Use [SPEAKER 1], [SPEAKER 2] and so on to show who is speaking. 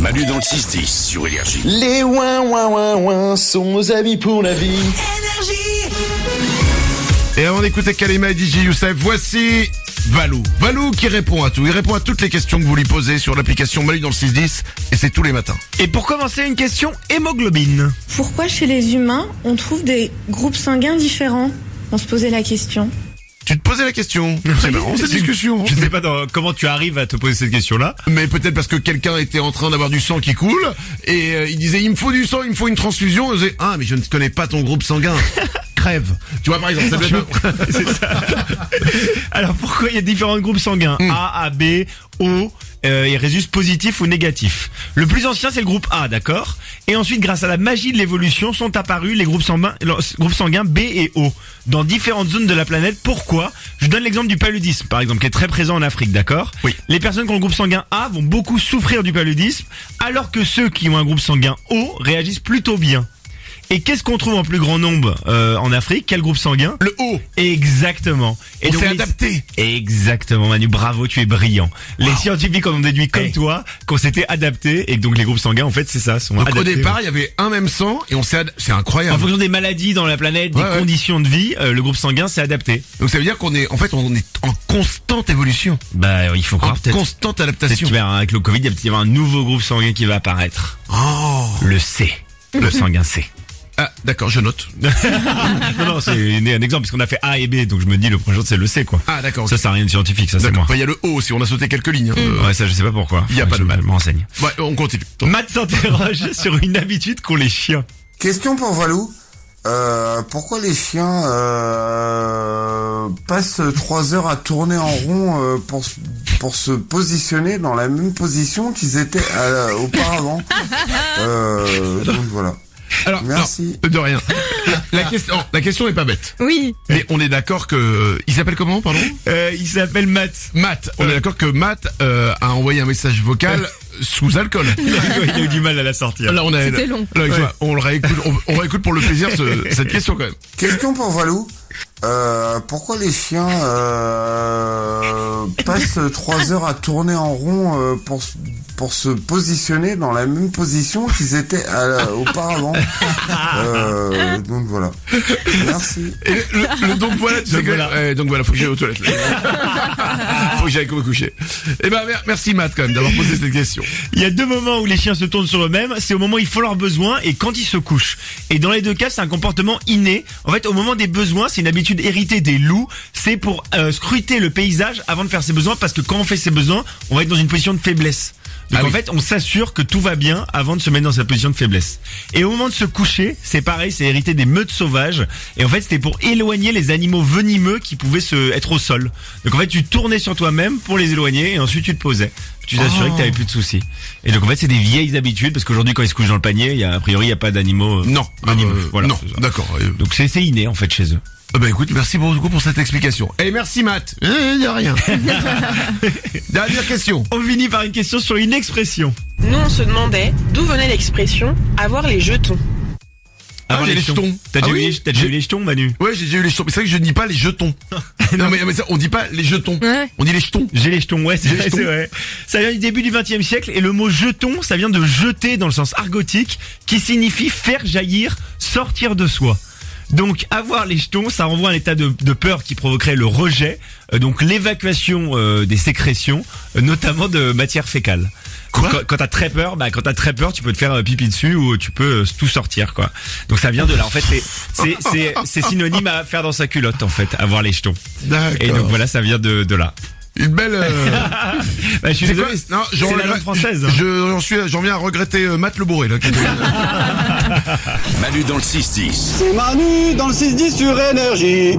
[SPEAKER 1] Manu dans le 6-10 sur Énergie.
[SPEAKER 2] Les ouin ouin ouin ouin sont nos amis pour la vie.
[SPEAKER 3] Et on écoutait Kalima et DJ Youssef. Voici Valou. Valou qui répond à tout. Il répond à toutes les questions que vous lui posez sur l'application Mali dans le 610 et c'est tous les matins.
[SPEAKER 4] Et pour commencer, une question hémoglobine.
[SPEAKER 5] Pourquoi chez les humains on trouve des groupes sanguins différents On se posait la question.
[SPEAKER 3] Tu te posais la question. C'est marrant cette discussion.
[SPEAKER 4] Je ne sais pas dans- comment tu arrives à te poser cette question-là.
[SPEAKER 3] Mais peut-être parce que quelqu'un était en train d'avoir du sang qui coule et euh, il disait il me faut du sang, il me faut une transfusion. Et on disait ah mais je ne connais pas ton groupe sanguin. Crève. Tu vois par exemple. Ça peut être-
[SPEAKER 4] Alors pourquoi il y a différents groupes sanguins A, AB, O euh, et résultent positifs ou négatifs. Le plus ancien c'est le groupe A, d'accord Et ensuite grâce à la magie de l'évolution sont apparus les groupes sanguins, euh, le- groupes sanguins B et O dans différentes zones de la planète. Pourquoi Je donne l'exemple du paludisme par exemple qui est très présent en Afrique, d'accord
[SPEAKER 3] Oui.
[SPEAKER 4] Les personnes qui ont le groupe sanguin A vont beaucoup souffrir du paludisme alors que ceux qui ont un groupe sanguin O réagissent plutôt bien. Et qu'est-ce qu'on trouve en plus grand nombre euh, en Afrique Quel groupe sanguin
[SPEAKER 3] Le haut.
[SPEAKER 4] Exactement. Et
[SPEAKER 3] On s'est
[SPEAKER 4] les-
[SPEAKER 3] adapté.
[SPEAKER 4] Exactement, Manu. Bravo, tu es brillant. Les scientifiques en ont déduit comme toi qu'on s'était adapté et que donc les groupes sanguins, en fait, c'est ça, sont
[SPEAKER 3] Donc
[SPEAKER 4] adaptés.
[SPEAKER 3] au départ il y avait un même sang et on s'est ad- c'est
[SPEAKER 4] En
[SPEAKER 3] incroyable.
[SPEAKER 4] fonction des maladies dans la planète, des
[SPEAKER 3] Ouais, ouais.
[SPEAKER 4] conditions de vie, euh, le groupe sanguin s'est adapté.
[SPEAKER 3] Donc ça veut dire qu'on est en fait on est en constante évolution,
[SPEAKER 4] Bah, il faut
[SPEAKER 3] en
[SPEAKER 4] croire peut-être.
[SPEAKER 3] constante
[SPEAKER 4] Peut-être
[SPEAKER 3] adaptation.
[SPEAKER 4] qu'il va y avoir- avec le Covid, il va peut-être y avoir un nouveau groupe sanguin qui va apparaître.
[SPEAKER 3] Oh.
[SPEAKER 4] Le C. Le sanguin C.
[SPEAKER 3] Ah d'accord je note.
[SPEAKER 4] non, non, c'est un exemple, parce qu'on a fait A et B, donc je me dis le prochain c'est le C, quoi.
[SPEAKER 3] Ah d'accord. ok.
[SPEAKER 4] Ça, ça n'a rien de scientifique, ça, c'est
[SPEAKER 3] D'accord.
[SPEAKER 4] moi.
[SPEAKER 3] Enfin, il y a le haut aussi, on a sauté quelques lignes. hein.
[SPEAKER 5] Mm.
[SPEAKER 3] Euh,
[SPEAKER 4] Ouais, ça, je sais pas pourquoi.
[SPEAKER 3] Il y a
[SPEAKER 4] Faudrait
[SPEAKER 3] pas
[SPEAKER 4] que
[SPEAKER 3] de
[SPEAKER 4] je
[SPEAKER 3] mal.
[SPEAKER 4] me renseigne.
[SPEAKER 3] ouais, on continue.
[SPEAKER 4] Matt s'interroge sur une habitude qu'ont les chiens.
[SPEAKER 6] Question pour Valou. Euh, pourquoi les chiens euh, passent trois heures à tourner en rond euh, pour, se- pour se positionner dans la même position qu'ils étaient euh, auparavant euh, Donc voilà.
[SPEAKER 3] Alors,
[SPEAKER 6] Merci.
[SPEAKER 3] non, de rien. La, la question, oh, la question est pas bête.
[SPEAKER 5] Oui.
[SPEAKER 3] Mais on est d'accord que euh, il s'appelle comment, pardon
[SPEAKER 4] Euh, il s'appelle Matt.
[SPEAKER 3] Matt. On est d'accord que Matt euh, a envoyé un message vocal sous alcool.
[SPEAKER 4] il a eu du mal à la sortir.
[SPEAKER 3] Là, on a.
[SPEAKER 5] C'était long.
[SPEAKER 3] là, excuse-moi, on le réécoute. On, on réécoute pour le plaisir ce- cette question quand même.
[SPEAKER 6] Question pour Valou. Euh, pourquoi les chiens euh, passent trois heures à tourner en rond euh, pour, se- pour se positionner dans la même position qu'ils étaient euh, auparavant euh, Donc voilà. Merci.
[SPEAKER 3] Et le, le- le- donc voilà, tu sais
[SPEAKER 4] Donc
[SPEAKER 3] que-
[SPEAKER 4] voilà.
[SPEAKER 3] ouais, donc voilà, faut que j'aille aux toilettes. là. faut que j'aille me coucher. Eh ben, mer- merci Matt quand même d'avoir posé cette question.
[SPEAKER 4] Il y a deux moments où les chiens se tournent sur eux-mêmes, c'est au moment où ils font leurs besoins et quand ils se couchent. Et dans les deux cas, c'est un comportement inné. En fait, au moment des besoins, c'est une habitude héritée des loups, c'est pour euh, scruter le paysage avant de faire ses besoins parce que quand on fait ses besoins, on va être dans une position de faiblesse. Donc
[SPEAKER 3] Ah
[SPEAKER 4] en
[SPEAKER 3] oui.
[SPEAKER 4] fait, on s'assure que tout va bien avant de se mettre dans sa position de faiblesse. Et au moment de se coucher, c'est pareil, c'est hérité des meutes sauvages. Et en fait, c'était pour éloigner les animaux venimeux qui pouvaient se être au sol. Donc en fait, tu tournais sur toi-même pour les éloigner et ensuite tu te posais. Tu t'assurais
[SPEAKER 3] Oh.
[SPEAKER 4] que t'avais plus de soucis. Et donc en fait, c'est des vieilles habitudes parce qu'aujourd'hui, quand ils se couchent dans le panier, il y a a priori, il y a pas d'animaux. euh,
[SPEAKER 3] Non,
[SPEAKER 4] venimeux.
[SPEAKER 3] euh,
[SPEAKER 4] voilà.
[SPEAKER 3] non,
[SPEAKER 4] c'est ça.
[SPEAKER 3] d'accord. euh,
[SPEAKER 4] Donc c'est c'est inné en fait chez eux.
[SPEAKER 3] Eh Ben écoute, merci beaucoup pour cette explication. Et merci Matt. Euh, y a rien. Dernière question.
[SPEAKER 4] On finit par une question sur une expression.
[SPEAKER 7] Nous, on se demandait d'où venait l'expression avoir les jetons.
[SPEAKER 3] Ah, j'ai les jetons.
[SPEAKER 4] T'as
[SPEAKER 3] Ah
[SPEAKER 4] déjà,
[SPEAKER 3] oui,
[SPEAKER 4] eu les- t'as déjà eu les jetons, Manu
[SPEAKER 3] Ouais, j'ai déjà eu les jetons. Mais c'est vrai que je ne dis pas les jetons. non mais, mais ça, on dit pas les jetons.
[SPEAKER 5] Ouais.
[SPEAKER 3] On dit les jetons.
[SPEAKER 4] J'ai les jetons, ouais, c'est
[SPEAKER 3] J'ai les
[SPEAKER 4] vrai,
[SPEAKER 3] jetons.
[SPEAKER 4] c'est vrai. Ça vient du début du XXe siècle et le mot jeton, ça vient de jeter dans le sens argotique, qui signifie faire jaillir, sortir de soi. Donc avoir les jetons, ça renvoie à un état de, de peur qui provoquerait le rejet, euh, donc l'évacuation euh, des sécrétions, euh, notamment de matière fécale. Quoi quand quand t'as très peur, bah quand t'as très peur, tu peux te faire euh, pipi dessus ou tu peux euh, tout sortir quoi. Donc ça vient de là. En fait, c'est c'est c'est c'est synonyme à faire dans sa culotte en fait, avoir les jetons.
[SPEAKER 3] D'accord.
[SPEAKER 4] Et donc voilà, ça vient de de là.
[SPEAKER 3] Une belle. euh,
[SPEAKER 4] Bah, je suis
[SPEAKER 3] c'est
[SPEAKER 4] désolé.
[SPEAKER 3] quoi Non, j'en
[SPEAKER 4] C'est la langue française, hein.
[SPEAKER 3] Je j'en suis, j'en viens à regretter euh, Matt Le Bourré là. qui était-
[SPEAKER 1] Manu dans le 6-10.
[SPEAKER 8] C'est Manu dans le 6-10 sur énergie.